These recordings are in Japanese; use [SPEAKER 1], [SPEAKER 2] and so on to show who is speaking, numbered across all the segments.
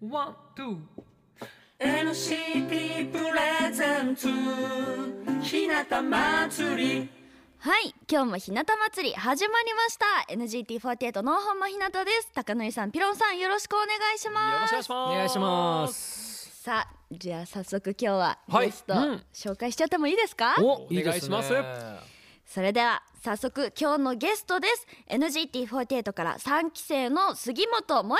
[SPEAKER 1] ワン、ツー。
[SPEAKER 2] NCT プレゼンツ日向祭り
[SPEAKER 3] はい今日も日向祭り始まりました NGT48 の本間日向です高典さんピロンさんよろしくお願いし
[SPEAKER 4] よ
[SPEAKER 3] ま
[SPEAKER 4] ろしく
[SPEAKER 3] す
[SPEAKER 4] お
[SPEAKER 1] お願
[SPEAKER 4] 願
[SPEAKER 1] い
[SPEAKER 4] い
[SPEAKER 1] し
[SPEAKER 4] し
[SPEAKER 1] ま
[SPEAKER 4] ます。
[SPEAKER 1] す。
[SPEAKER 3] さあじゃあ早速今日は
[SPEAKER 4] はい
[SPEAKER 3] ゲスト、
[SPEAKER 1] うん
[SPEAKER 3] 紹介しちゃってもいいですか
[SPEAKER 1] お
[SPEAKER 4] お願いします。
[SPEAKER 3] それでは早速今日のゲストです NGT48 から三期生の杉本萌えちゃんで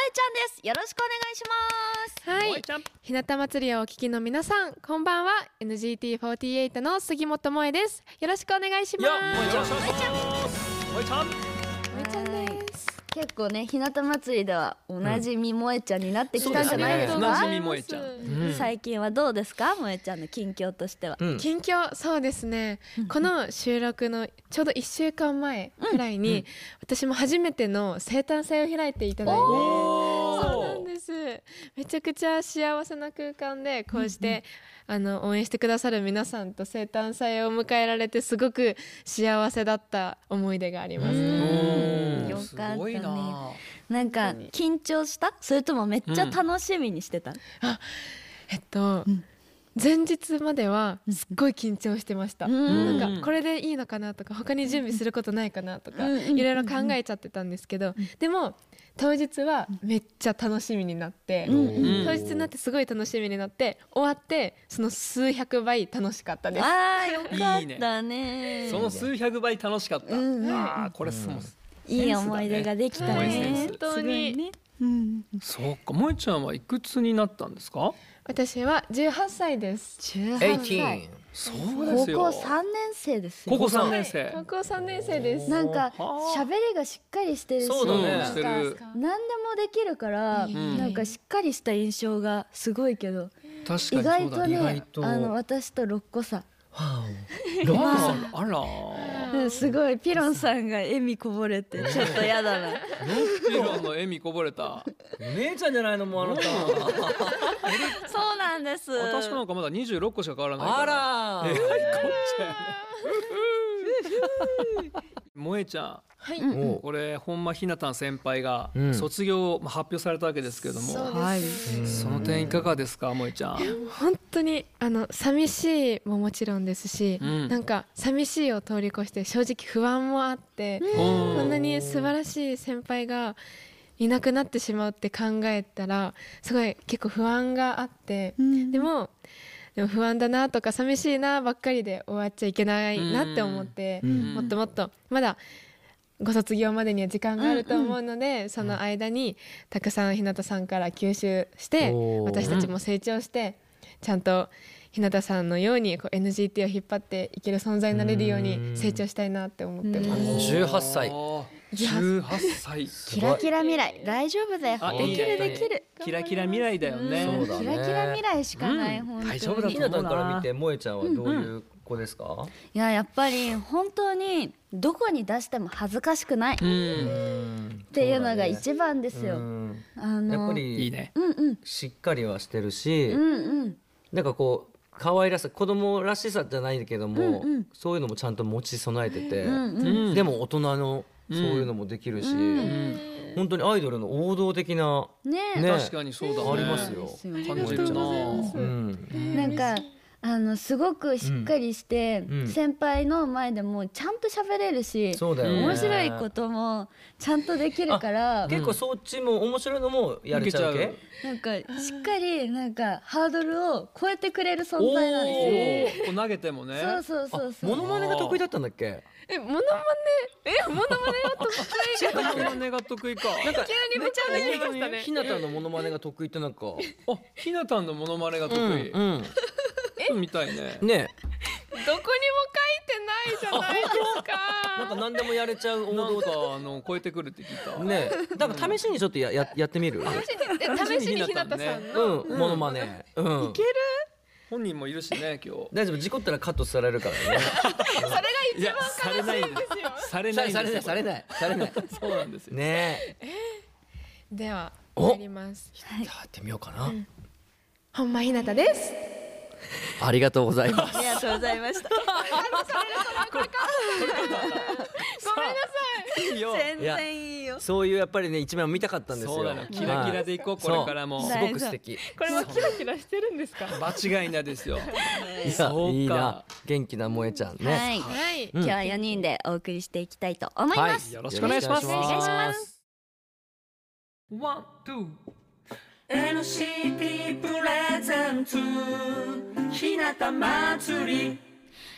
[SPEAKER 3] すよろしくお願いします
[SPEAKER 5] はい、日向祭りをお聞きの皆さん、こんばんは。NGT48 の杉本萌です。よろしくお願いし
[SPEAKER 4] い
[SPEAKER 5] ま
[SPEAKER 4] や、もうよろしくお
[SPEAKER 5] す。
[SPEAKER 4] 願いします。もえちゃん。
[SPEAKER 5] 萌ちゃんです。
[SPEAKER 3] 結構ね日向祭りではおなじみ萌えちゃんになってきたんじゃないです
[SPEAKER 4] お
[SPEAKER 3] か、
[SPEAKER 5] そ
[SPEAKER 4] なじ
[SPEAKER 5] うですね
[SPEAKER 4] み萌えちゃん。
[SPEAKER 1] うん
[SPEAKER 3] 最近はどうですか萌えちゃんの近況としては、
[SPEAKER 4] うん
[SPEAKER 5] 近況、そうですね。この収録のちょうど1週間前くらいに、私も初めての生誕祭を開いていただいて。そうなんですめちゃくちゃ幸せな空間でこうして、あの応援してくださる皆さんと生誕祭を迎えられてすごく幸せだった思い出があります、
[SPEAKER 3] よかったね
[SPEAKER 4] すごいな
[SPEAKER 3] なんか緊張したそれともめっちゃ楽しみにしてた、
[SPEAKER 5] えっと、
[SPEAKER 3] ん
[SPEAKER 5] 前日まではすっごい緊張してました、
[SPEAKER 3] うん
[SPEAKER 5] なんかこれでいいのかなとか他に準備することないかなとか、いろいろ考えちゃってたんですけど、でも当日はめっちゃ楽しみになって、
[SPEAKER 4] うん
[SPEAKER 5] 当日になってすごい楽しみになって終わってその数百倍楽しかったです
[SPEAKER 3] あーよか
[SPEAKER 4] いい
[SPEAKER 3] ったね
[SPEAKER 4] その数百倍楽しかった。
[SPEAKER 3] うん
[SPEAKER 4] ああ、これすもう。
[SPEAKER 3] いい思い出ができた
[SPEAKER 4] は
[SPEAKER 3] ね
[SPEAKER 4] い
[SPEAKER 3] す
[SPEAKER 5] 本当
[SPEAKER 3] ごい
[SPEAKER 5] に
[SPEAKER 3] ね、うん、
[SPEAKER 4] そうか、もえちゃんはいくつになったんですか。
[SPEAKER 5] 私は18歳です
[SPEAKER 3] 18歳
[SPEAKER 4] そうで
[SPEAKER 3] 高
[SPEAKER 4] すよ。
[SPEAKER 3] 校三年生ですよ
[SPEAKER 4] 高校三年生。
[SPEAKER 5] 高校3年生です
[SPEAKER 3] なんか
[SPEAKER 4] はあ
[SPEAKER 3] 喋りがしっかりしてるし
[SPEAKER 4] そうだね
[SPEAKER 3] なん
[SPEAKER 4] して
[SPEAKER 3] か
[SPEAKER 4] る。
[SPEAKER 3] 何でもできるから、
[SPEAKER 5] ん
[SPEAKER 3] なんかしっかりした印象がすごいけど、
[SPEAKER 4] 確
[SPEAKER 3] 意
[SPEAKER 4] かにそ
[SPEAKER 3] 外
[SPEAKER 4] うだ
[SPEAKER 3] と
[SPEAKER 4] ね。
[SPEAKER 3] ねあの私と六個差、
[SPEAKER 4] あらあら。
[SPEAKER 3] うん、すごいピロンさんが笑みこぼれてちょっとやだな
[SPEAKER 4] ピロンの笑みこぼれた。
[SPEAKER 6] お姉ちゃんじゃないのもうあなた。
[SPEAKER 3] そうなんです
[SPEAKER 4] 私なんかまだ二十六個しか変わらないから。
[SPEAKER 6] あら。
[SPEAKER 4] 萌えちゃ
[SPEAKER 5] はい、
[SPEAKER 6] お
[SPEAKER 4] んこれ本間ひなたん先輩が
[SPEAKER 6] うん
[SPEAKER 4] 卒業をまあ発表されたわけですけれども、
[SPEAKER 5] そうです、
[SPEAKER 3] はい
[SPEAKER 4] その点いかがですか萌えちゃん
[SPEAKER 5] 本当にあの寂しいももちろんですし、
[SPEAKER 4] うん
[SPEAKER 5] なんか寂しいを通り越して正直不安もあって、こんなに素晴らしい先輩がいなくなってしまうって考えたらすごい結構不安があって、でもでも不安だなとか寂しいなばっかりで終わっちゃいけないなって思って、
[SPEAKER 6] ん
[SPEAKER 5] もっともっとまだご卒業までには時間があると思うので、その間にたくさん日向さんから吸収して
[SPEAKER 6] おー
[SPEAKER 5] 私たちも成長してちゃんと日向さんのようにこう NGT を引っ張っていける存在になれるように成長したいなって思ってます。
[SPEAKER 6] 十八歳。
[SPEAKER 4] 十八歳
[SPEAKER 3] キラキラ未来大丈夫だよ
[SPEAKER 4] あ
[SPEAKER 3] で
[SPEAKER 4] いい
[SPEAKER 3] き
[SPEAKER 4] ね
[SPEAKER 3] るできる
[SPEAKER 4] キラキラ未来だよ
[SPEAKER 6] そう
[SPEAKER 4] ね
[SPEAKER 6] だね
[SPEAKER 3] キラキラ未来しかない、本当に
[SPEAKER 4] 大丈夫だ
[SPEAKER 6] ひなたから見て萌えちゃんはどういう子ですか？
[SPEAKER 3] いややっぱり本当にどこに出しても恥ずかしくないっ
[SPEAKER 4] うん
[SPEAKER 6] うん。って
[SPEAKER 3] いうのが一番ですよ、
[SPEAKER 6] うん
[SPEAKER 3] あの
[SPEAKER 6] やっぱ
[SPEAKER 4] いい
[SPEAKER 6] り
[SPEAKER 4] ね
[SPEAKER 3] うんうん
[SPEAKER 6] しっかりはしてるし
[SPEAKER 3] う、んうん
[SPEAKER 6] なんかこう可愛らしさ、子供らしさじゃないけども
[SPEAKER 3] うんうん、
[SPEAKER 6] そういうのもちゃんと持ち備えてて
[SPEAKER 3] う、んうん
[SPEAKER 4] うん
[SPEAKER 6] でも大人の
[SPEAKER 4] う
[SPEAKER 6] そ
[SPEAKER 4] ん
[SPEAKER 6] ういうのもできるし、
[SPEAKER 4] うん
[SPEAKER 6] 本当にアイドルの王道的な
[SPEAKER 3] ねえ
[SPEAKER 6] ね
[SPEAKER 4] 確かにそうだね
[SPEAKER 6] ありますよ。
[SPEAKER 3] そうですよ
[SPEAKER 4] 感じるな
[SPEAKER 6] うん。
[SPEAKER 3] なんかあのすごくしっかりして、
[SPEAKER 6] うんうん
[SPEAKER 3] 先輩の前でもちゃんと喋れるし、
[SPEAKER 6] そうだよね。
[SPEAKER 3] 面白いこともちゃんとできるから
[SPEAKER 6] 結構そっちも面白いのもやれちゃう
[SPEAKER 4] いけ
[SPEAKER 6] 系
[SPEAKER 4] ち
[SPEAKER 3] なんかしっかりなんかハードルを超えてくれる存在なんで
[SPEAKER 4] おおこう投げても
[SPEAKER 3] す
[SPEAKER 4] ね
[SPEAKER 3] よ。そうそうそうそう。
[SPEAKER 6] モノマネが得意だったんだっけ
[SPEAKER 5] えモノマネえモノマネは得意
[SPEAKER 4] モノマネが得意かなんか
[SPEAKER 5] 急にめちゃめちゃきましたね
[SPEAKER 6] ひなたのモノマネが得意ってなんか
[SPEAKER 4] あひなたんのモノマネが得意
[SPEAKER 6] うん
[SPEAKER 4] うんみたいね
[SPEAKER 6] ね
[SPEAKER 5] どこにも書いてないじゃないですか
[SPEAKER 6] なんか何でもやれちゃう王
[SPEAKER 4] なん
[SPEAKER 6] 道
[SPEAKER 4] かあの超えてくるって聞いた
[SPEAKER 6] ねなんか試しにちょっとやややってみる
[SPEAKER 5] え試しにひなたさんの、
[SPEAKER 6] うんモノマネうん
[SPEAKER 4] 本人もいるしね今日
[SPEAKER 6] 大丈夫事故ったらカットされるからね
[SPEAKER 4] いやされないんですよされないんですよ
[SPEAKER 6] れないされない
[SPEAKER 4] そうなんですよ
[SPEAKER 6] ね
[SPEAKER 5] では
[SPEAKER 6] お
[SPEAKER 5] やります
[SPEAKER 6] やってみようかな
[SPEAKER 5] 本間ひなたです
[SPEAKER 6] ありがとうございます。
[SPEAKER 3] ありがとうございました。
[SPEAKER 6] いいよ
[SPEAKER 3] 全
[SPEAKER 6] いや
[SPEAKER 3] 然いいよ。
[SPEAKER 6] そういうやっぱりね一面を見たかったんですよ。
[SPEAKER 1] そうだねキラキラでいこうこれからも
[SPEAKER 6] そうすごく素敵。
[SPEAKER 5] これはキラキラしてるんですかは
[SPEAKER 1] 間違いないですよ
[SPEAKER 6] いや
[SPEAKER 1] そうか
[SPEAKER 6] いいな元気な萌えちゃんね。
[SPEAKER 3] はい、
[SPEAKER 5] い
[SPEAKER 3] 今日は四人でお送りしていきたいと思います。
[SPEAKER 1] よろしくお願いします
[SPEAKER 6] よろく。
[SPEAKER 3] お願いします
[SPEAKER 1] ワンツー
[SPEAKER 7] NCT プレゼンツ日向祭り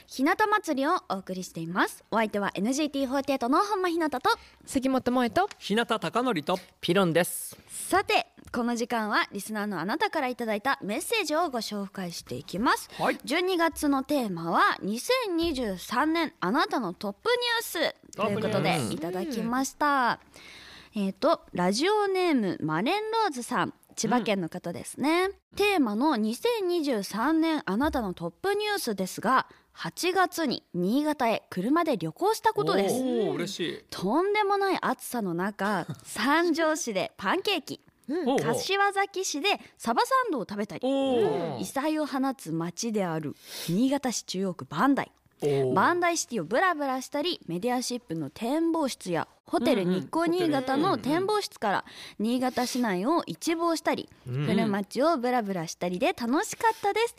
[SPEAKER 3] 日向祭りをお送りしています。お相手は NGT48 の本間ひなたと。
[SPEAKER 5] 杉本萌と
[SPEAKER 1] 日向貴則と
[SPEAKER 6] ピロンです。
[SPEAKER 3] さてこの時間はリスナーのあなたからいただいたメッセージをご紹介していきます、
[SPEAKER 1] はい
[SPEAKER 3] 12月のテーマは2023年あなたのトップニュース
[SPEAKER 1] トッ
[SPEAKER 3] とい
[SPEAKER 1] プ
[SPEAKER 3] う
[SPEAKER 1] ニュ
[SPEAKER 3] こ
[SPEAKER 1] ース
[SPEAKER 3] とでいただきました、えっ、とラジオネームマレンローズさん千葉県の方ですね、テーマの2023年あなたのトップニュースですが8月に新潟へ車で旅行したことです
[SPEAKER 1] おお嬉しい
[SPEAKER 3] とんでもない暑さの中三条市でパンケーキ
[SPEAKER 1] おうおう
[SPEAKER 3] 柏崎市でサバサンドを食べたり
[SPEAKER 1] おお
[SPEAKER 3] 異彩を放つ町である新潟市中央区磐梯
[SPEAKER 1] お
[SPEAKER 3] バンダイシティをブラブラしたりメディアシップの展望室やホテル日光新潟の展望室から新潟市内を一望したり古町をブラブラしたりで楽しかったです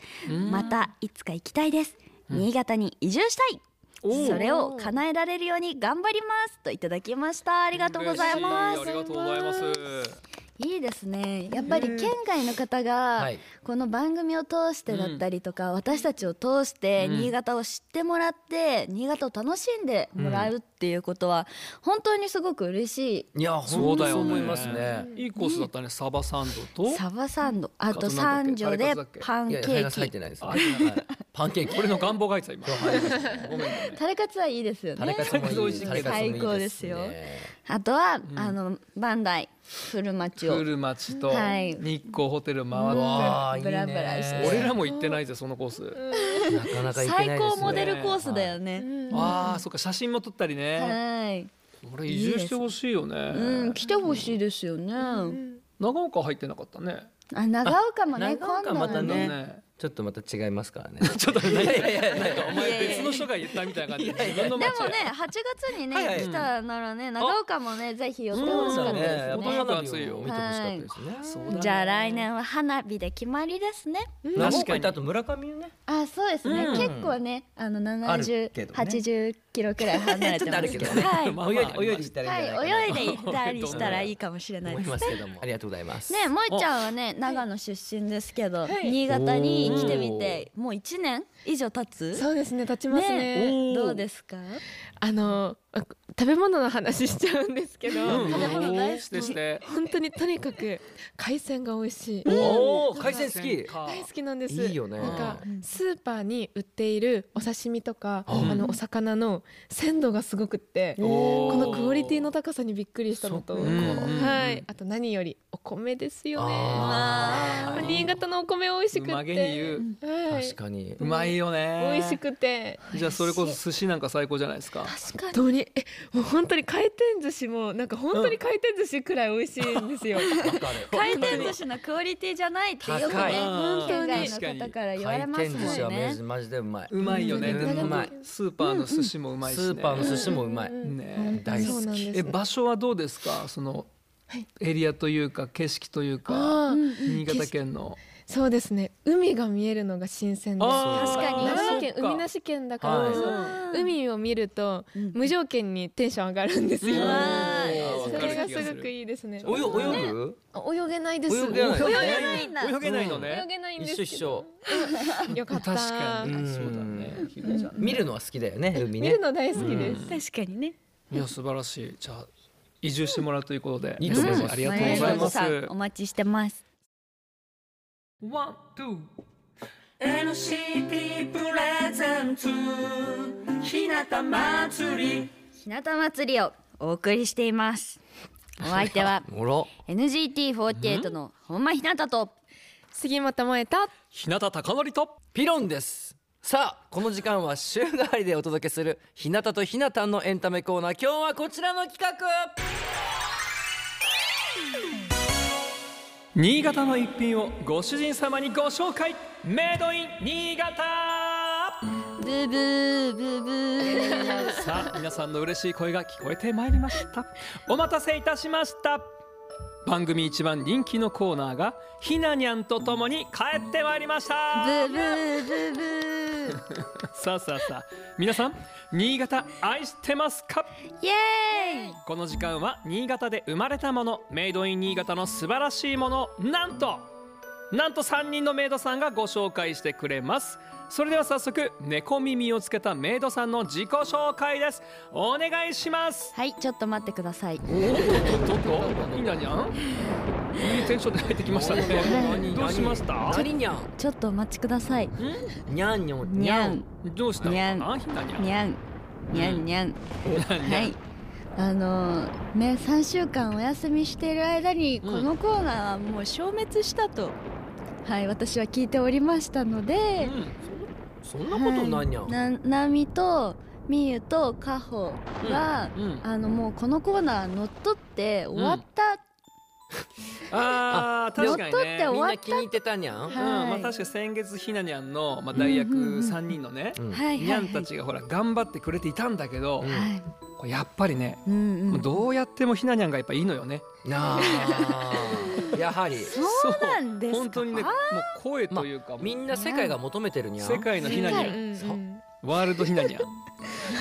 [SPEAKER 3] またいつか行きたいです新潟に移住したいそれを叶えられるように頑張りますといただきましたありがとうございま
[SPEAKER 1] あ
[SPEAKER 3] す
[SPEAKER 1] りがとうございます
[SPEAKER 3] いいですねやっぱり県外の方が
[SPEAKER 6] はい
[SPEAKER 3] この番組を通してだったりとか、私たちを通して新潟を知ってもらって、新潟を楽しんでもらうっていうことは本当にすごく嬉し
[SPEAKER 6] いや
[SPEAKER 1] そ
[SPEAKER 6] 本
[SPEAKER 1] う
[SPEAKER 6] 当
[SPEAKER 1] だ
[SPEAKER 6] に
[SPEAKER 1] よ
[SPEAKER 6] そ
[SPEAKER 1] ね
[SPEAKER 6] う思いますね。
[SPEAKER 1] いいコースだったねサバサンド
[SPEAKER 3] い
[SPEAKER 1] と
[SPEAKER 3] サバサンドあと
[SPEAKER 1] あとなんだ
[SPEAKER 3] 三
[SPEAKER 1] っけ
[SPEAKER 3] 条でパン
[SPEAKER 6] い
[SPEAKER 3] ケ
[SPEAKER 6] やいや
[SPEAKER 3] ー
[SPEAKER 6] 入って
[SPEAKER 3] キ
[SPEAKER 6] ないです
[SPEAKER 1] あ
[SPEAKER 6] ね。はいパンケーキ。
[SPEAKER 1] 俺の願望がいつだ今ごめん
[SPEAKER 3] タレカツはいいですよ
[SPEAKER 6] タレ
[SPEAKER 3] ね
[SPEAKER 6] カツもいい。タレカツもいい
[SPEAKER 3] 最高ですよ
[SPEAKER 6] ね
[SPEAKER 3] あとは、あのバンダイ古町を
[SPEAKER 1] 古町と
[SPEAKER 3] はい
[SPEAKER 1] 日光ホテル回っ
[SPEAKER 6] うわあいいね。
[SPEAKER 3] ブラブラして
[SPEAKER 1] 俺らも行ってないぜそのコース
[SPEAKER 6] なかなか行けないですね。
[SPEAKER 3] 最高モデルコースだよね、
[SPEAKER 1] ああそっか写真も撮ったりね
[SPEAKER 3] はい、
[SPEAKER 1] 俺移住してほしいよ
[SPEAKER 3] うん、
[SPEAKER 1] ね
[SPEAKER 3] 来てほしいですよね、
[SPEAKER 1] 長岡入ってなかったね
[SPEAKER 3] あ長岡もね
[SPEAKER 6] 長
[SPEAKER 3] 今
[SPEAKER 6] 岡
[SPEAKER 3] 度
[SPEAKER 6] ま
[SPEAKER 3] は
[SPEAKER 6] たね
[SPEAKER 3] ね
[SPEAKER 6] ちょっとまた違いますからね。
[SPEAKER 1] ちょっとなんか
[SPEAKER 6] なんか
[SPEAKER 1] お前別の人が言ったみたいな感じで自分の
[SPEAKER 3] で
[SPEAKER 1] 町
[SPEAKER 3] もね8月にね、
[SPEAKER 6] はいはい
[SPEAKER 3] 来たならね長岡もねぜひ寄ってほしかったですね
[SPEAKER 1] そうだね
[SPEAKER 6] 大人花火を見てほしかったですね。そう
[SPEAKER 3] じゃあ来年は花火で決まりですね。
[SPEAKER 6] 確かにあと村上ね。
[SPEAKER 3] あ、そうですね。
[SPEAKER 6] うん
[SPEAKER 3] 結構ね、あの
[SPEAKER 6] あ
[SPEAKER 3] 七
[SPEAKER 6] る
[SPEAKER 3] 十、
[SPEAKER 6] けどね
[SPEAKER 3] 八十キロくらい離れてますけど、
[SPEAKER 6] ちょっとあるけどね
[SPEAKER 3] はい、
[SPEAKER 1] まあ
[SPEAKER 6] 泳いで泳いで行ったらいいんじゃ
[SPEAKER 3] はい、
[SPEAKER 6] ないかな。
[SPEAKER 3] 泳いで行ったりしたらいいかもしれないで
[SPEAKER 6] 思い
[SPEAKER 3] す。
[SPEAKER 6] ますけども。ありがとうございます。
[SPEAKER 3] ね、萌ちゃんはね、長野出身ですけど、
[SPEAKER 5] はい
[SPEAKER 3] 新潟に来てみて、もう一年以上経つ。
[SPEAKER 5] そうですね立ちますね
[SPEAKER 1] ねおー
[SPEAKER 3] どうですか。
[SPEAKER 5] あのあ食べ物の話しちゃうんですけど、
[SPEAKER 1] うん
[SPEAKER 3] 食べ物大好き
[SPEAKER 1] してして
[SPEAKER 5] 本当にとにかく海鮮が美味しい
[SPEAKER 6] おお海鮮好き。
[SPEAKER 1] か
[SPEAKER 5] 大好きなんです
[SPEAKER 6] いいよね
[SPEAKER 5] なんかスーパーに売っているお刺身とか、
[SPEAKER 6] うん
[SPEAKER 5] あのお魚の鮮度がすごくって
[SPEAKER 1] こ
[SPEAKER 5] このクオリティの高さにびっくりしたのと、
[SPEAKER 6] そっ
[SPEAKER 1] か
[SPEAKER 5] はい、あと何よりお米ですよね。
[SPEAKER 6] あー
[SPEAKER 5] 新潟のお米美味しくって、
[SPEAKER 1] うまげに言う
[SPEAKER 5] はい、
[SPEAKER 6] 確かに
[SPEAKER 1] う。まいよね
[SPEAKER 5] 美味しくて、
[SPEAKER 1] じゃあそれこそ寿司なんか最高じゃないですか
[SPEAKER 5] 本当にえもう本当に回転寿司もなんか本当に回転寿司くらい美味しいんで すよ。
[SPEAKER 6] わかる
[SPEAKER 3] 回転寿司のクオリティじゃないってよくね、
[SPEAKER 6] 高い
[SPEAKER 3] 県外の方から言われます
[SPEAKER 6] 回
[SPEAKER 3] もん
[SPEAKER 6] 転寿司は
[SPEAKER 3] ね
[SPEAKER 6] マジ。マジでうまい。
[SPEAKER 1] うまいよね
[SPEAKER 6] うんうまい。
[SPEAKER 1] スーパーの寿司もうまいし
[SPEAKER 6] ス
[SPEAKER 1] ね
[SPEAKER 6] ーパーの寿司もうまい。
[SPEAKER 1] ね
[SPEAKER 6] 大
[SPEAKER 5] そう
[SPEAKER 6] 好
[SPEAKER 5] なん
[SPEAKER 6] き。
[SPEAKER 5] です。
[SPEAKER 1] え場所はどうですかそのエリアというか景色というか
[SPEAKER 5] あー
[SPEAKER 1] 新潟県の
[SPEAKER 5] そうですね海が見えるのが新鮮です
[SPEAKER 1] あー確かに
[SPEAKER 5] 長野県
[SPEAKER 1] そっか
[SPEAKER 5] 海なし県だからこそ、海を見ると無条件にテンション上がるんですよ、
[SPEAKER 1] うん
[SPEAKER 5] そ
[SPEAKER 1] わか
[SPEAKER 5] れ
[SPEAKER 1] る
[SPEAKER 5] が
[SPEAKER 1] 気が
[SPEAKER 5] す
[SPEAKER 1] す
[SPEAKER 5] ごく
[SPEAKER 1] る
[SPEAKER 5] いいですね
[SPEAKER 6] およ泳ぐ？
[SPEAKER 5] 泳げないです
[SPEAKER 6] 泳げない。
[SPEAKER 3] ないんだ
[SPEAKER 1] 泳げないの
[SPEAKER 5] 泳
[SPEAKER 1] ね
[SPEAKER 5] げないんです
[SPEAKER 6] 一緒
[SPEAKER 5] け
[SPEAKER 6] 一
[SPEAKER 5] ど
[SPEAKER 6] 緒。
[SPEAKER 5] よかった
[SPEAKER 1] 確か
[SPEAKER 6] う
[SPEAKER 1] に
[SPEAKER 6] ん
[SPEAKER 1] そうだねひろちゃん
[SPEAKER 6] 見るのは好きだよね海
[SPEAKER 5] 見
[SPEAKER 6] ね
[SPEAKER 5] る。の大好きです、
[SPEAKER 3] 確かにね。
[SPEAKER 1] いや素晴らしいじゃあ移住してもらうということで
[SPEAKER 6] いいと思います
[SPEAKER 1] ありがとうございます
[SPEAKER 3] マリローズさんお待ちしてます。
[SPEAKER 1] ワンツー
[SPEAKER 7] NCT プレゼンツ日向祭り
[SPEAKER 3] 日向祭りをお送りしています。お相手は
[SPEAKER 6] おろ。
[SPEAKER 3] NGT48 の本間ひなたと。
[SPEAKER 5] 杉本萌えと
[SPEAKER 1] 日向貴則と
[SPEAKER 6] ピロンです。さあこの時間は週替わりでお届けする日向とひなたのエンタメコーナー今日はこちらの企画
[SPEAKER 1] 新潟の一品をご主人様にご紹介メイドイン新潟
[SPEAKER 3] ブーブーブーブー
[SPEAKER 1] さあ皆さんの嬉しい声が聞こえてまいりましたお待たせいたしました番組一番人気のコーナーがひなにゃんとともに帰ってまいりました
[SPEAKER 3] ブーブーブーブー
[SPEAKER 1] さあさあさあ皆さん新潟愛してますか
[SPEAKER 3] イエーイ
[SPEAKER 1] この時間は新潟で生まれたものメイドイン新潟の素晴らしいものをなんとなんと3人のメイドさんがご紹介してくれますそれでは早速猫耳をつけたメイドさんの自己紹介ですお願いします
[SPEAKER 3] はいちょっと待ってください
[SPEAKER 1] おおちょっといなにゃんいいテンションで入ってきましたねどうしました
[SPEAKER 6] 鳥にゃん
[SPEAKER 3] ちょっとお待ちください
[SPEAKER 6] にゃんにょん
[SPEAKER 3] にゃん
[SPEAKER 1] どうした
[SPEAKER 3] にゃん
[SPEAKER 1] あひなにゃん
[SPEAKER 3] にゃんにゃ
[SPEAKER 1] に
[SPEAKER 3] んにゃん
[SPEAKER 1] ゃ
[SPEAKER 3] は
[SPEAKER 1] ん
[SPEAKER 3] いあのーね3週間お休みしている間にこのコーナーはもう消滅したと、はい私は聞いておりましたので、
[SPEAKER 6] そんなことないにゃん、
[SPEAKER 3] ななみとみゆとかほが、
[SPEAKER 1] うんうん
[SPEAKER 3] あのもうこのコーナー乗っ取って終わった、
[SPEAKER 1] あー確かに
[SPEAKER 3] 乗っ取って
[SPEAKER 1] ね
[SPEAKER 3] お
[SPEAKER 6] みんな気に入ってたにゃん、
[SPEAKER 1] うん
[SPEAKER 3] はい
[SPEAKER 1] まあ確か先月ひなにゃんの、まあ、代
[SPEAKER 3] うんうんうんうん
[SPEAKER 1] 役三人のね、
[SPEAKER 6] うん
[SPEAKER 3] はいはい
[SPEAKER 1] に
[SPEAKER 3] は
[SPEAKER 1] ゃ
[SPEAKER 3] い
[SPEAKER 1] んたちがほら頑張ってくれていたんだけど、
[SPEAKER 6] うん
[SPEAKER 3] はい
[SPEAKER 1] これやっぱりね、
[SPEAKER 3] うんう、
[SPEAKER 1] もうんどうやってもひなにゃんがやっぱいいのよね。
[SPEAKER 6] なあやはり
[SPEAKER 3] そうなんですか
[SPEAKER 1] 本当にねもう声というか、もう
[SPEAKER 6] みんな世界が求めてるにゃん
[SPEAKER 1] 世界のひなにゃ
[SPEAKER 5] うん
[SPEAKER 1] ん
[SPEAKER 5] うん
[SPEAKER 1] ワールドひな にゃん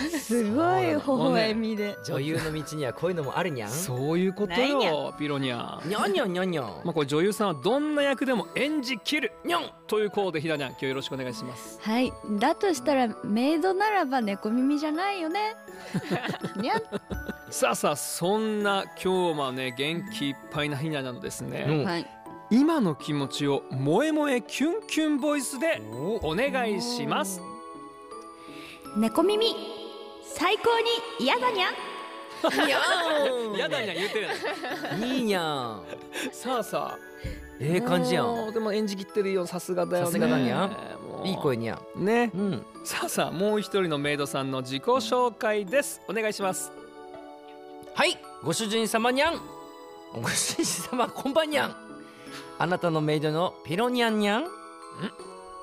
[SPEAKER 3] すごい微笑みで、
[SPEAKER 6] 女優の道にはこういうのもあるにゃん
[SPEAKER 1] そういうこと
[SPEAKER 3] ないに
[SPEAKER 1] よピロニャン
[SPEAKER 6] にゃんにゃんにゃんにゃん
[SPEAKER 1] まあこれ女優さんはどんな役でも演じきる
[SPEAKER 6] にゃん
[SPEAKER 1] ということでひなにゃん今日よろしくお願いします。
[SPEAKER 3] はいだとしたらメイドならば猫耳じゃないよねにゃん
[SPEAKER 1] さあさあそんな今日はね元気いっぱいなひななのですね。
[SPEAKER 6] うん
[SPEAKER 3] はい
[SPEAKER 1] 今の気持ちを萌え萌えキュンキュンボイスでお願いします
[SPEAKER 3] 猫耳最高に嫌だにゃん
[SPEAKER 6] にゃん
[SPEAKER 1] やだにゃん言うてるやん
[SPEAKER 6] いいにゃん
[SPEAKER 1] さあさあ
[SPEAKER 6] ええ感じや
[SPEAKER 1] も
[SPEAKER 6] ん
[SPEAKER 1] うでも演じきってるよさすがだよね
[SPEAKER 6] さすがだにゃん
[SPEAKER 1] もう
[SPEAKER 6] いい声にゃん
[SPEAKER 1] ね
[SPEAKER 6] うん
[SPEAKER 1] さあさあもう一人のメイドさんの自己紹介ですお願いします
[SPEAKER 6] はいご主人様にゃんご主人様こんばんにゃんあなたのメイドのピロニャンにゃん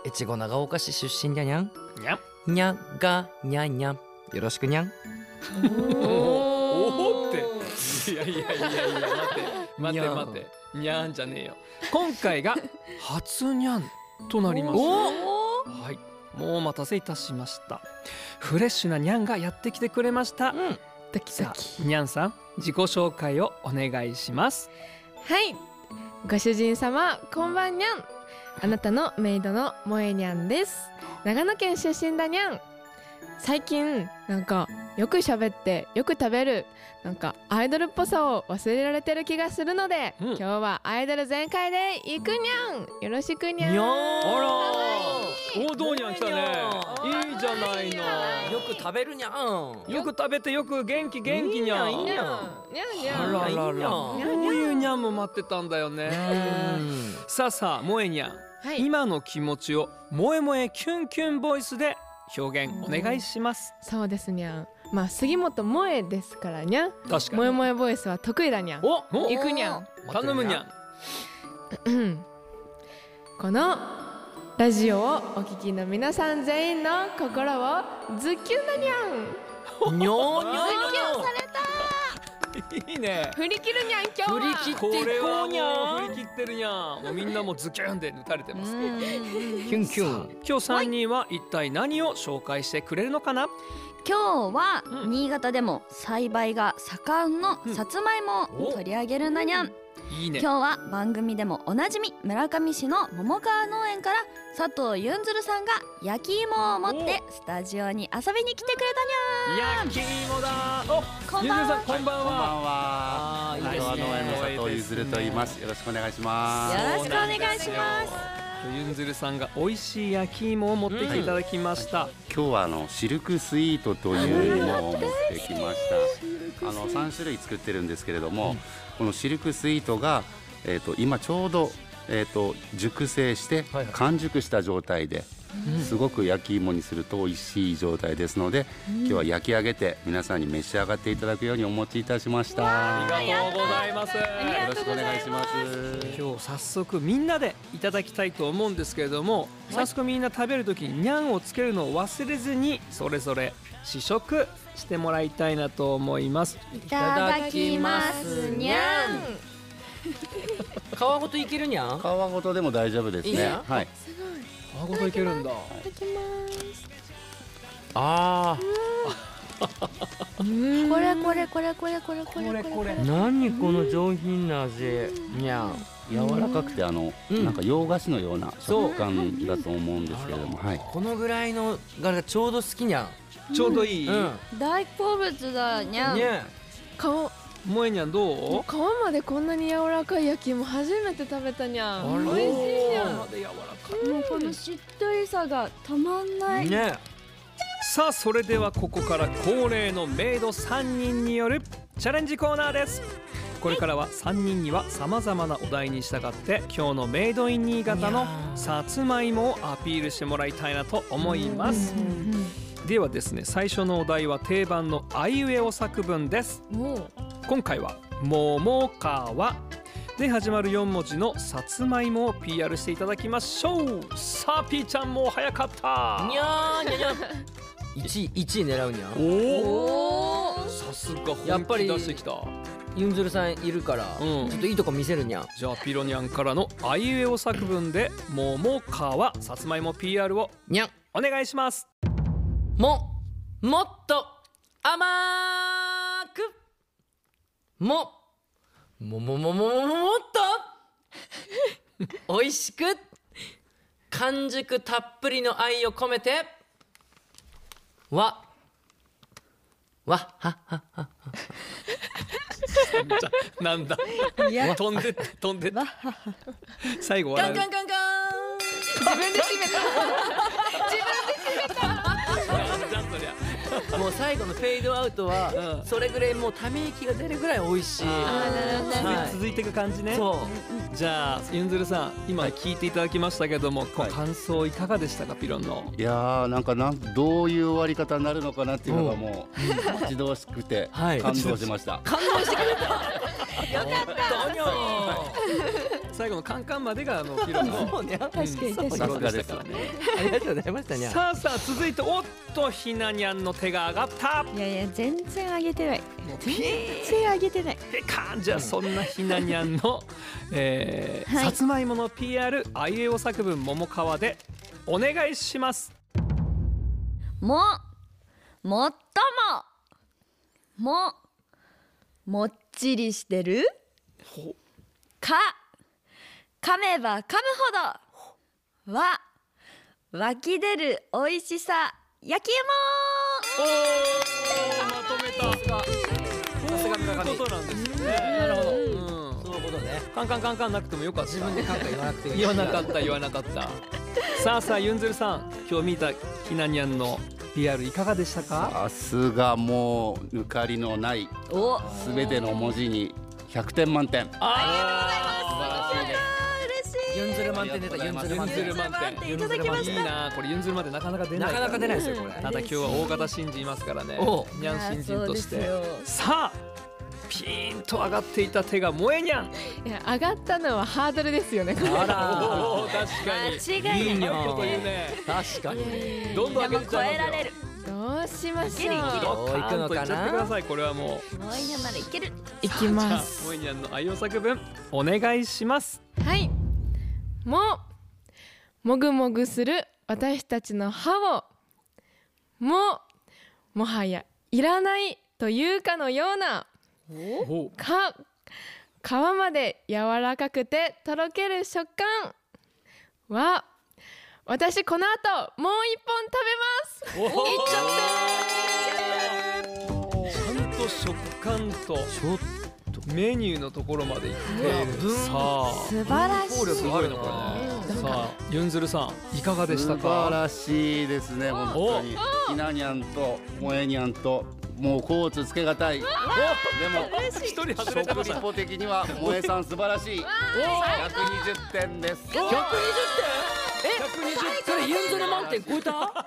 [SPEAKER 6] 越後長岡市出身だにゃん
[SPEAKER 1] にゃん
[SPEAKER 6] にゃんがにゃんにゃんよろしくにゃん
[SPEAKER 1] おおっていやいやいやいや待って待って待ってにゃんじゃねえよ今回が初にゃんとなりますはいもうお待たせいたしましたフレッシュなにゃんがやってきてくれました、
[SPEAKER 5] ドキド
[SPEAKER 1] さ
[SPEAKER 5] キ
[SPEAKER 1] あにゃんさん自己紹介をお願いします
[SPEAKER 5] はいご主人様こんばんにゃんあなたのメイドの萌えにゃんです長野県出身だにゃん最近なんかよく喋ってよく食べるなんかアイドルっぽさを忘れられてる気がするので、
[SPEAKER 1] うん
[SPEAKER 5] 今日はアイドル全開で行くにゃんよろしくにゃん
[SPEAKER 6] にゃん
[SPEAKER 1] おどうにゃん来たねいいじゃないの
[SPEAKER 6] よく食べるにゃん
[SPEAKER 1] よく食べてよく元気元気にゃん
[SPEAKER 6] いいにゃんいいにゃん
[SPEAKER 5] に
[SPEAKER 1] あ
[SPEAKER 5] ゃんにゃん
[SPEAKER 1] ららら
[SPEAKER 6] いいにゃん
[SPEAKER 1] こういうにゃんも待ってたんだよね
[SPEAKER 6] うん
[SPEAKER 1] さあさあ萌えにゃん、
[SPEAKER 5] はい
[SPEAKER 1] 今の気持ちを萌え萌えキュンキュンボイスで表現お願いします
[SPEAKER 5] そうですにゃんまあ杉本萌えですからにゃん
[SPEAKER 1] 確
[SPEAKER 5] 萌え萌えボイスは得意だにゃん
[SPEAKER 1] おお
[SPEAKER 5] 行くにゃん
[SPEAKER 1] 頼むにゃん
[SPEAKER 5] うんこのラジオをお聞きの皆さん全員の心をズッキュンだにゃ
[SPEAKER 6] にゃんにゃん
[SPEAKER 1] いいね
[SPEAKER 5] ん振り切るにゃん今日は
[SPEAKER 6] 振り切
[SPEAKER 1] これは
[SPEAKER 6] にゃ
[SPEAKER 1] もう振り切ってるにゃんもうみんなもうズキュンで抜かれてます
[SPEAKER 6] キュンキュン
[SPEAKER 1] 今日3人は一体何を紹介してくれるのかな、
[SPEAKER 3] 今日は
[SPEAKER 1] うん
[SPEAKER 3] 新潟でも栽培が盛んの
[SPEAKER 1] うん
[SPEAKER 3] さつまいもを
[SPEAKER 1] お
[SPEAKER 3] 取り上げるなにゃん
[SPEAKER 1] いいね
[SPEAKER 3] 今日は番組でもおなじみ村上市の桃川農園から佐藤ゆんずるさんが焼き芋を持ってスタジオに遊びに来てくれ
[SPEAKER 1] 焼き芋だお
[SPEAKER 3] こんばんは
[SPEAKER 1] ゆずるさんこんばん
[SPEAKER 8] こんばん
[SPEAKER 1] はー
[SPEAKER 8] は。
[SPEAKER 1] いいですね
[SPEAKER 8] あのあの佐藤ゆずると言います。よろしくお願いしま
[SPEAKER 3] た
[SPEAKER 8] す。
[SPEAKER 3] にゃんよろしくお願いします
[SPEAKER 1] ゆんずるさんが美味しい焼き芋を持ってきていただきました、
[SPEAKER 8] 今日はあのシルクスイートというのを持ってきました。あの三種類作ってるんですけれども、このシルクスイートがえっ、と今ちょうどえっ、と熟成して完熟した状態で。すごく焼き芋にすると美味しい状態ですので、今日は焼き上げて皆さんに召し上がっていただくようにお持ちいたしました。
[SPEAKER 1] あ
[SPEAKER 8] よ
[SPEAKER 1] りがとうございます
[SPEAKER 8] ろしくお願いします。
[SPEAKER 1] 今日早速みんなでいただきたいと思うんですけれども早速みんな食べる時にニャンをつけるのを忘れずにそれぞれ試食してもらいたいなと思います
[SPEAKER 3] いただきますにゃん
[SPEAKER 6] 皮ごといけるにゃん
[SPEAKER 8] 皮ごとでも大丈夫です
[SPEAKER 6] いい
[SPEAKER 8] ね
[SPEAKER 6] ね。
[SPEAKER 8] はい。
[SPEAKER 1] あごといけるんだ
[SPEAKER 5] いただきます
[SPEAKER 6] あ
[SPEAKER 3] これこれこれこれこれこ
[SPEAKER 1] これ
[SPEAKER 3] れ
[SPEAKER 1] こ
[SPEAKER 3] こ
[SPEAKER 1] れ
[SPEAKER 3] れ
[SPEAKER 6] あ何この上品な味にゃん
[SPEAKER 8] 柔らかくてあの、
[SPEAKER 6] うん
[SPEAKER 8] なんか洋菓子のような食感だと思うんですけれども、はい。
[SPEAKER 6] このぐらいのがちょうど好きにゃん
[SPEAKER 1] ちょうどいい、
[SPEAKER 6] うん
[SPEAKER 3] 大好物だにゃん
[SPEAKER 6] にゃん
[SPEAKER 5] 顔
[SPEAKER 1] 萌えニャンどう
[SPEAKER 5] 皮までこんなに柔らかい焼き芋初めて食べたにゃん
[SPEAKER 1] 美味しい
[SPEAKER 5] にゃん
[SPEAKER 1] 柔らか
[SPEAKER 3] もうこのしっとりさがたまんない
[SPEAKER 6] にゃん
[SPEAKER 1] いさあそれではここから恒例のメイド3人によるチャレンジコーナーですこれからは3人にはさまざまなお題に従って今日のメイドイン新潟のさつまいもをアピールしてもらいたいなと思いますではですね最初のお題は定番のあいうえお作文です今回は「桃川」で始まる4文字のさつまいもを PR していただきましょうさあピーちゃんも早かった
[SPEAKER 6] にゃーにゃにゃん1位1位狙うにゃん
[SPEAKER 1] おおさすが
[SPEAKER 6] や
[SPEAKER 1] 本
[SPEAKER 6] っぱ
[SPEAKER 1] 気
[SPEAKER 6] り
[SPEAKER 1] 出してきた
[SPEAKER 6] ユンズルさんいるから
[SPEAKER 1] うん
[SPEAKER 6] ちょっといいとこ見せるにゃん
[SPEAKER 1] じゃあピロニャンからのあいうえお作文で「桃川さつまいも PR」を
[SPEAKER 6] にゃん
[SPEAKER 1] お願いします
[SPEAKER 6] ももっと甘くももももももももっ と美味しく完熟たっぷりの愛を込めてわわはは
[SPEAKER 1] じゃあなんだ飛んでった飛んでった最後
[SPEAKER 6] ガ
[SPEAKER 1] 笑
[SPEAKER 6] ン
[SPEAKER 1] う
[SPEAKER 6] ガンガンガン
[SPEAKER 1] じゃあそりゃ
[SPEAKER 6] もう最後のフェードアウトは
[SPEAKER 1] うん
[SPEAKER 6] それぐらいもうため息が出るぐらい美味しい、は
[SPEAKER 1] 続いていく感じ
[SPEAKER 6] い、
[SPEAKER 1] ね
[SPEAKER 6] そう
[SPEAKER 1] じゃあゆんずるさん今聞いていただきましたけども、こう感想いかがでしたかピロンの
[SPEAKER 8] いやーなんかなんどういう終わり方になるのかなっていうのがもう待ち遠しくて
[SPEAKER 6] はい
[SPEAKER 8] 感動しました。
[SPEAKER 6] 感動してくれたよかった
[SPEAKER 1] 最後のカンカンまでがあのピロンの
[SPEAKER 6] にゃん
[SPEAKER 1] 確かに確
[SPEAKER 8] さすがですよね。
[SPEAKER 6] ありがとうございましたにゃん
[SPEAKER 1] さあさあ続いておっとひなにゃんの手が上がった
[SPEAKER 9] いやいや全然あげてない
[SPEAKER 1] もうピ
[SPEAKER 9] 全
[SPEAKER 1] ー
[SPEAKER 9] 然あげてない
[SPEAKER 1] ペカーンじゃあそんなひなにゃん の、えー
[SPEAKER 3] はい
[SPEAKER 1] さつまいもの PR あいうえお作文桃川でお願いします
[SPEAKER 3] ももっともももっちりしてるか噛めば噛むほどは湧き出る美味しさ焼き
[SPEAKER 1] おーまとめたそういうことなんですねなるほど、うん
[SPEAKER 6] そういうことね
[SPEAKER 1] カンカンカンカンなくてもよかった
[SPEAKER 6] 自分で感覚言わなくていい
[SPEAKER 1] 言わなかった言わなかったさあさあゆんずるさん今日見たひなにゃんの PR いかがでしたか
[SPEAKER 8] さすがもう抜かりのない
[SPEAKER 3] 芋お
[SPEAKER 8] すべての文字に100点満点。
[SPEAKER 1] あ
[SPEAKER 6] ユンズル満点出たユンズル
[SPEAKER 1] ゆん
[SPEAKER 6] 満
[SPEAKER 1] ず
[SPEAKER 6] 点
[SPEAKER 1] る満点
[SPEAKER 6] ゆんずる満点いただきました
[SPEAKER 1] いいなこれゆんずるまでなかなか出ないら
[SPEAKER 6] なかなか出ないですよこれ
[SPEAKER 1] ただ今日は大型新人いますからね
[SPEAKER 6] お
[SPEAKER 1] にゃん新人として
[SPEAKER 3] いや
[SPEAKER 1] さあピーンと上がっていた手が萌えにゃん
[SPEAKER 5] いや上がったのはハードルですよねこれ
[SPEAKER 6] あら
[SPEAKER 1] おー確かに
[SPEAKER 3] 間違い
[SPEAKER 1] い
[SPEAKER 3] ない
[SPEAKER 1] いこと言うね
[SPEAKER 6] 確かに
[SPEAKER 1] どんどん上
[SPEAKER 3] で
[SPEAKER 1] げてっ
[SPEAKER 3] も
[SPEAKER 1] ち
[SPEAKER 3] 超
[SPEAKER 1] ゃい
[SPEAKER 3] え
[SPEAKER 1] ま
[SPEAKER 3] ら
[SPEAKER 1] すよ
[SPEAKER 3] れる
[SPEAKER 5] どうしましょう
[SPEAKER 6] どう行く
[SPEAKER 1] パン
[SPEAKER 6] の
[SPEAKER 1] とい
[SPEAKER 6] か
[SPEAKER 1] っちゃってくだ
[SPEAKER 6] な
[SPEAKER 1] さいこれはもう
[SPEAKER 3] もういいやまだいける
[SPEAKER 5] いき
[SPEAKER 1] じゃ
[SPEAKER 5] ま
[SPEAKER 1] あ
[SPEAKER 5] す
[SPEAKER 1] 萌えにゃんの愛用作文お願いします
[SPEAKER 5] はいももぐもぐする私たちの歯をももはやいらないというかのような
[SPEAKER 1] お
[SPEAKER 5] か皮まで柔らかくてとろける食感は私この後もう一本食べま
[SPEAKER 1] おいっち
[SPEAKER 5] す
[SPEAKER 1] ゃったちゃんと食感と
[SPEAKER 6] ちょっ
[SPEAKER 1] メニューのところまで行っている
[SPEAKER 6] うわ
[SPEAKER 1] さあ
[SPEAKER 9] 素晴らしい
[SPEAKER 1] 効力あるのこれねさあユンズルさんいかがでし
[SPEAKER 8] 素
[SPEAKER 1] た
[SPEAKER 8] 晴
[SPEAKER 1] から
[SPEAKER 8] しいですね本当にひなにゃんと萌えにゃんともうコーツつけがたいでも
[SPEAKER 1] 一人外れてま
[SPEAKER 8] 食
[SPEAKER 1] し
[SPEAKER 8] リ
[SPEAKER 1] た
[SPEAKER 8] ポ的には萌えさん素晴らしい120点です120点
[SPEAKER 6] それユンゾの満点超えた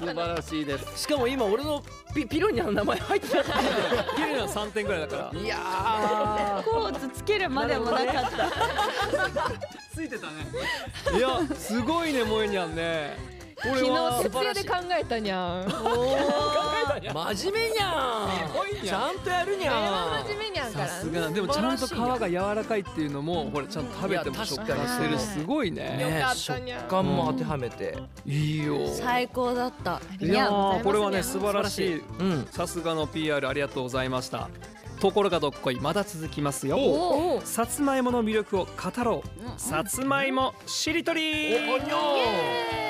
[SPEAKER 8] 素晴らしいです
[SPEAKER 6] しかも今俺のピピロニアの名前入ってなかっ
[SPEAKER 1] ギリナ3点ぐらいだから
[SPEAKER 6] たいやー
[SPEAKER 9] コーツつけるまでもなかった。
[SPEAKER 1] ついてたねいやすごいね萌えにゃんねこれは
[SPEAKER 5] 昨日徹夜で考えたにゃん。
[SPEAKER 6] 真面目にゃんちゃんとやるにゃん
[SPEAKER 5] 真面目にゃん
[SPEAKER 1] さ
[SPEAKER 5] から
[SPEAKER 1] す。がだでもちゃんと皮が柔らかいっていうのもこれちゃんと食べて
[SPEAKER 6] い
[SPEAKER 1] も
[SPEAKER 6] や
[SPEAKER 1] 食
[SPEAKER 6] 確
[SPEAKER 1] 感
[SPEAKER 6] かに
[SPEAKER 1] してるし
[SPEAKER 5] そう
[SPEAKER 1] すごいね
[SPEAKER 5] よ
[SPEAKER 6] ね
[SPEAKER 5] かったにゃ
[SPEAKER 6] 食感も当てはめて
[SPEAKER 1] いいよ
[SPEAKER 3] 最高だった
[SPEAKER 1] い
[SPEAKER 5] りが
[SPEAKER 1] や
[SPEAKER 5] とうございます
[SPEAKER 1] ーこれはね素晴らしい
[SPEAKER 6] うん
[SPEAKER 1] さすがの PR ありがとうございましたところがどっこいまだ続きますよ
[SPEAKER 3] おお
[SPEAKER 1] さつまいもの魅力を語ろうさつまいもしりとり
[SPEAKER 6] おにょ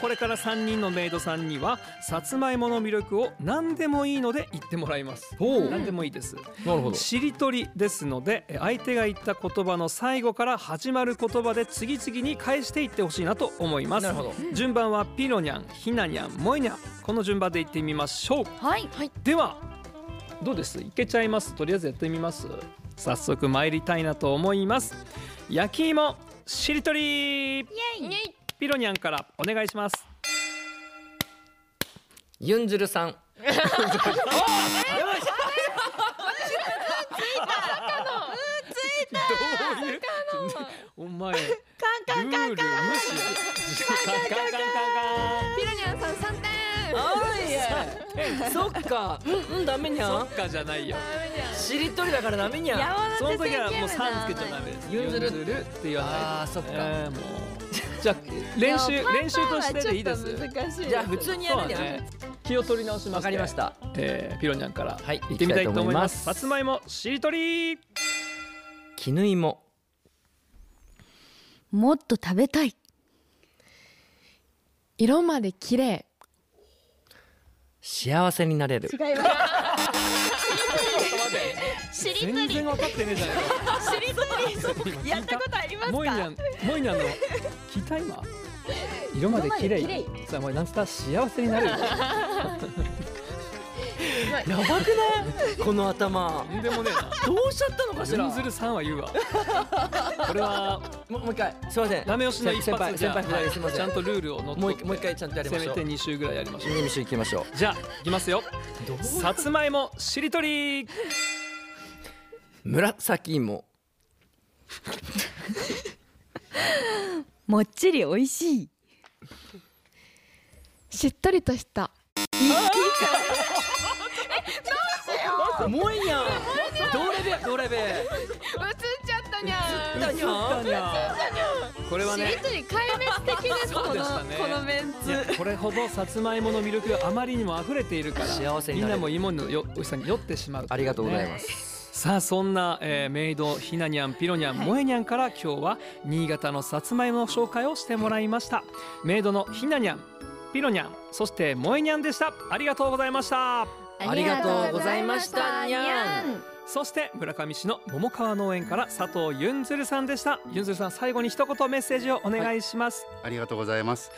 [SPEAKER 1] これから3人のメイドさんにはさつまいもの魅力を何でもいいので言ってもらいます何でもいいです
[SPEAKER 6] ーなるほど
[SPEAKER 1] しりとりですのでえ相手が言った言葉の最後から始まる言葉で次々に返していってほしいなと思います
[SPEAKER 6] なるほど
[SPEAKER 1] 順番はピロニャンひなにゃんもえにゃんこの順番で言ってみましょう
[SPEAKER 3] はい
[SPEAKER 1] ではどうですいけちゃいますとりあえずやってみます早速参りたいなと思います焼き芋しりとりピロニャンからお願いします
[SPEAKER 6] ユンジュルさん
[SPEAKER 1] どういうお前ルール無視カンカンカンカン
[SPEAKER 5] ピロニャンさん三点。
[SPEAKER 6] そっかうんうんダメにゃ
[SPEAKER 1] カンカンじゃないよ
[SPEAKER 6] しりとりだからダメにゃ
[SPEAKER 1] その時はもうさんつけちゃダメです
[SPEAKER 6] ゆんずる
[SPEAKER 1] ゆんずるって言わない
[SPEAKER 6] あーそっか
[SPEAKER 1] えーもうじゃあ練習練習としてでいいです
[SPEAKER 9] 難しい。
[SPEAKER 6] じゃあ普通にやるにゃ
[SPEAKER 1] そうだね気を取り直します
[SPEAKER 6] わかりました
[SPEAKER 1] えーピロニャンから
[SPEAKER 6] はい
[SPEAKER 1] 行ってみたいと思います
[SPEAKER 6] 行
[SPEAKER 1] さ
[SPEAKER 6] きたいと思います
[SPEAKER 1] つまいもしりとり
[SPEAKER 6] 絹芋
[SPEAKER 3] もっと食べたい
[SPEAKER 5] 色まで綺麗。
[SPEAKER 6] 幸せになれる
[SPEAKER 9] 違います。
[SPEAKER 3] しり
[SPEAKER 1] 全然分かってねえじゃないか
[SPEAKER 9] しりとりやったことあります
[SPEAKER 1] モイニ
[SPEAKER 9] か？
[SPEAKER 1] ャンモイニャンの聞いた今色まで綺
[SPEAKER 9] 色まで
[SPEAKER 1] 麗さあもうなんつった幸せになる
[SPEAKER 6] やばくないこの頭
[SPEAKER 1] とんでもねえな
[SPEAKER 6] どうしちゃったのかし
[SPEAKER 1] ず
[SPEAKER 6] ら
[SPEAKER 1] るずるさんは 言うわこれは
[SPEAKER 6] もうもう一回すいません
[SPEAKER 1] ダメ押しの一
[SPEAKER 6] 先輩
[SPEAKER 1] 発じゃ
[SPEAKER 6] 先輩二人すいません
[SPEAKER 1] ちゃんとルールを乗っ
[SPEAKER 6] も
[SPEAKER 1] 取っ
[SPEAKER 6] う一
[SPEAKER 1] て
[SPEAKER 6] もう一回ちゃんとやりましょう
[SPEAKER 1] せめて2周ぐらいやりましょう
[SPEAKER 6] ミシ行きましょ
[SPEAKER 1] じゃあいきますよさつまいもしりとり
[SPEAKER 6] う紫芋
[SPEAKER 3] もっちり美味しい
[SPEAKER 5] しっとりとした。
[SPEAKER 6] もいやんどれべどれべ
[SPEAKER 5] 映っちゃったにゃ ん。
[SPEAKER 1] これは
[SPEAKER 5] し
[SPEAKER 1] ね
[SPEAKER 5] りとり壊滅的です。こ
[SPEAKER 1] そうで
[SPEAKER 5] の
[SPEAKER 1] したね
[SPEAKER 5] このメン
[SPEAKER 1] いやこれほどさつまいもの魅力があまりにも溢れているから
[SPEAKER 6] 幸せに
[SPEAKER 1] みな
[SPEAKER 6] なんれる
[SPEAKER 1] もいいもののよ美味しさに酔ってしまう
[SPEAKER 6] ありがとうございますす
[SPEAKER 1] さあそんな、えーメイドひなにゃんピロにゃん萌えにゃんから今日は新潟のさつまいもの紹介をしてもらいましたメイドのひなにゃんピロにゃんそして萌えにゃんでしたありがとうございました
[SPEAKER 6] ありがとうございましたにゃん
[SPEAKER 1] そして村上市の桃川農園から佐藤ゆんずるさんでしたゆんずるさん最後に一言メッセージをお願いします、
[SPEAKER 8] ありがとうございます。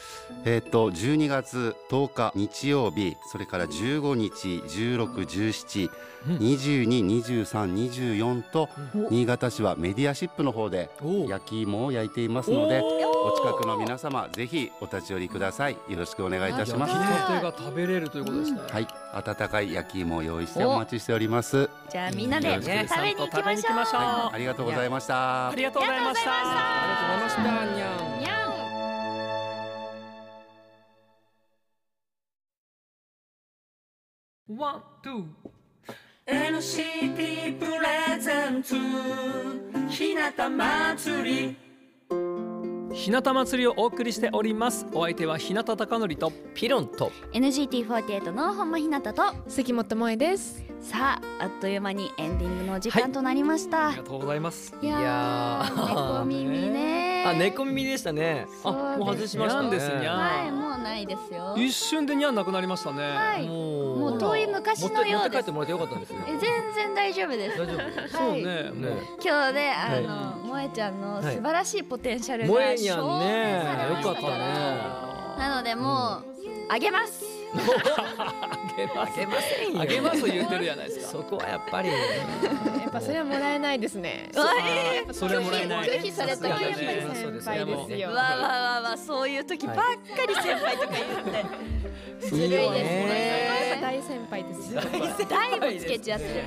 [SPEAKER 8] えっ、と12月10日日曜日、それから15日、16、17、
[SPEAKER 1] うん
[SPEAKER 8] 22、23、24と、新潟市はメディアシップの方で
[SPEAKER 1] おう
[SPEAKER 8] 焼き芋を焼いていますので、
[SPEAKER 1] お
[SPEAKER 8] お近くの皆様ぜひお立ち寄りください。よろしくお願いいたし
[SPEAKER 1] 焼
[SPEAKER 8] ま
[SPEAKER 1] き
[SPEAKER 8] す。
[SPEAKER 1] たてが食べれるということですね、
[SPEAKER 8] はい、温かい焼き芋を用意してお待ちしております。
[SPEAKER 3] じゃあみんなで食べに行きましょう
[SPEAKER 8] ありがとうございました。
[SPEAKER 1] ありがとうございました
[SPEAKER 6] ありがとうございましたにゃん
[SPEAKER 3] にゃん
[SPEAKER 1] ワン、ツー
[SPEAKER 2] NCT プレゼンツひなた祭り
[SPEAKER 1] 日向祭りをお送りしておりますお相手は日向貴則と
[SPEAKER 6] ピロンと
[SPEAKER 3] NGT48 の本間ひなたと
[SPEAKER 5] 杉本萌です。
[SPEAKER 3] さああっという間にエンディングのお時間となりまし
[SPEAKER 1] あ
[SPEAKER 3] た、
[SPEAKER 1] りがとうございます
[SPEAKER 3] いや
[SPEAKER 6] いや
[SPEAKER 3] ー猫
[SPEAKER 6] ー
[SPEAKER 3] 耳ね
[SPEAKER 6] あ猫耳でしたねあもう外しました
[SPEAKER 1] にゃんですにゃん
[SPEAKER 3] はいもうないですよ
[SPEAKER 1] 一瞬でにゃんなくなりましたね、
[SPEAKER 3] はい
[SPEAKER 6] も
[SPEAKER 3] もう遠い昔のようです
[SPEAKER 6] 持って持って帰ってもらってよかったんですよ
[SPEAKER 3] え全然大丈夫です
[SPEAKER 6] 大丈夫
[SPEAKER 1] そうね、もう
[SPEAKER 6] ね
[SPEAKER 3] 今日であの、
[SPEAKER 6] は
[SPEAKER 3] 萌えちゃんの素
[SPEAKER 6] はい
[SPEAKER 3] 晴らしいポテンシャルが
[SPEAKER 6] 萌えにゃん
[SPEAKER 3] 証明され
[SPEAKER 6] ね
[SPEAKER 3] ま
[SPEAKER 6] よ
[SPEAKER 3] し
[SPEAKER 6] か
[SPEAKER 3] た
[SPEAKER 6] っ
[SPEAKER 3] か
[SPEAKER 6] た
[SPEAKER 3] ら、
[SPEAKER 6] ね
[SPEAKER 3] なのでもう、あげます
[SPEAKER 1] げま
[SPEAKER 6] あ
[SPEAKER 1] す
[SPEAKER 6] げませんよ
[SPEAKER 1] あげます言うてるじゃないですか
[SPEAKER 6] そこはやっぱり
[SPEAKER 5] やっぱそれはもらえないですね。
[SPEAKER 3] わ
[SPEAKER 1] あそれはもらえない
[SPEAKER 3] 拒否された
[SPEAKER 5] それ
[SPEAKER 3] ら
[SPEAKER 5] はや
[SPEAKER 3] やっ
[SPEAKER 5] っぱ
[SPEAKER 3] ぱ
[SPEAKER 5] り
[SPEAKER 3] り
[SPEAKER 6] そうですね
[SPEAKER 5] 先輩です
[SPEAKER 3] わ
[SPEAKER 5] よ。
[SPEAKER 3] わわわそういう時ばっかり先輩とか言って
[SPEAKER 1] いいよ
[SPEAKER 5] やっぱ
[SPEAKER 6] ね
[SPEAKER 5] 大先輩ですよ。
[SPEAKER 3] 台もつけちゃって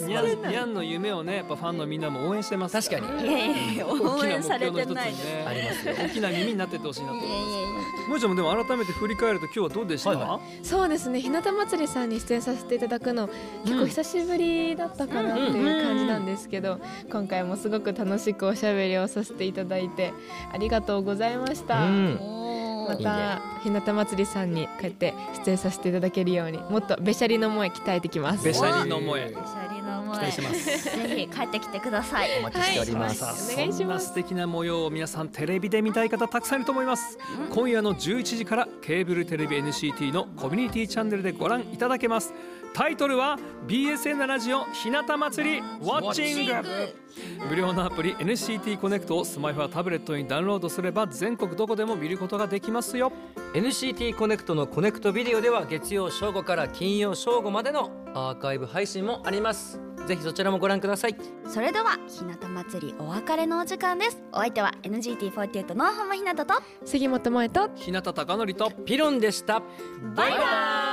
[SPEAKER 3] る
[SPEAKER 1] にゃんにゃんの夢をねやっぱファンのみんなも応援してます
[SPEAKER 6] 確かに
[SPEAKER 3] いやいや応援されてないですい
[SPEAKER 1] ね
[SPEAKER 6] ありますよ
[SPEAKER 1] 大きな耳になってってほしいなと
[SPEAKER 3] やいやいや
[SPEAKER 1] もえちゃんもでも改めて振り返ると今日はどうでした、
[SPEAKER 6] はいは
[SPEAKER 5] そうですね。日向祭りさんに出演させていただくの結構久しぶりだったかなっていう感じなんですけど、今回もすごく楽しくおしゃべりをさせていただいてありがとうございました。
[SPEAKER 6] うん
[SPEAKER 5] また日向祭りさんにこうやって出演させていただけるようにもっとべしゃりの思い鍛えてきます。
[SPEAKER 1] べしゃりの萌え
[SPEAKER 3] シャリの思いぜひ帰ってきてください
[SPEAKER 6] お待ちしております、
[SPEAKER 1] さあ
[SPEAKER 5] お願い
[SPEAKER 1] そ
[SPEAKER 5] します
[SPEAKER 1] んな素敵な模様を皆さんテレビで見たい方たくさんいると思います今夜の11時からケーブルテレビ NCT のコミュニティチャンネルでご覧いただけますタイトルは BSN ラジオひなた祭りウォッチング無料のアプリ NCT コネクトをスマホやタブレットにダウンロードすれば全国どこでも見ることができますよ
[SPEAKER 6] NCT コネクトのコネクトビデオでは月曜正午から金曜正午までのアーカイブ配信もありますぜひそちらもご覧ください
[SPEAKER 3] それでは日向祭りお別れのお時間ですお相手は NGT48 の浜日向と
[SPEAKER 5] 杉本萌えと
[SPEAKER 1] 日向貴教と
[SPEAKER 6] ピロンでした
[SPEAKER 3] バイバイ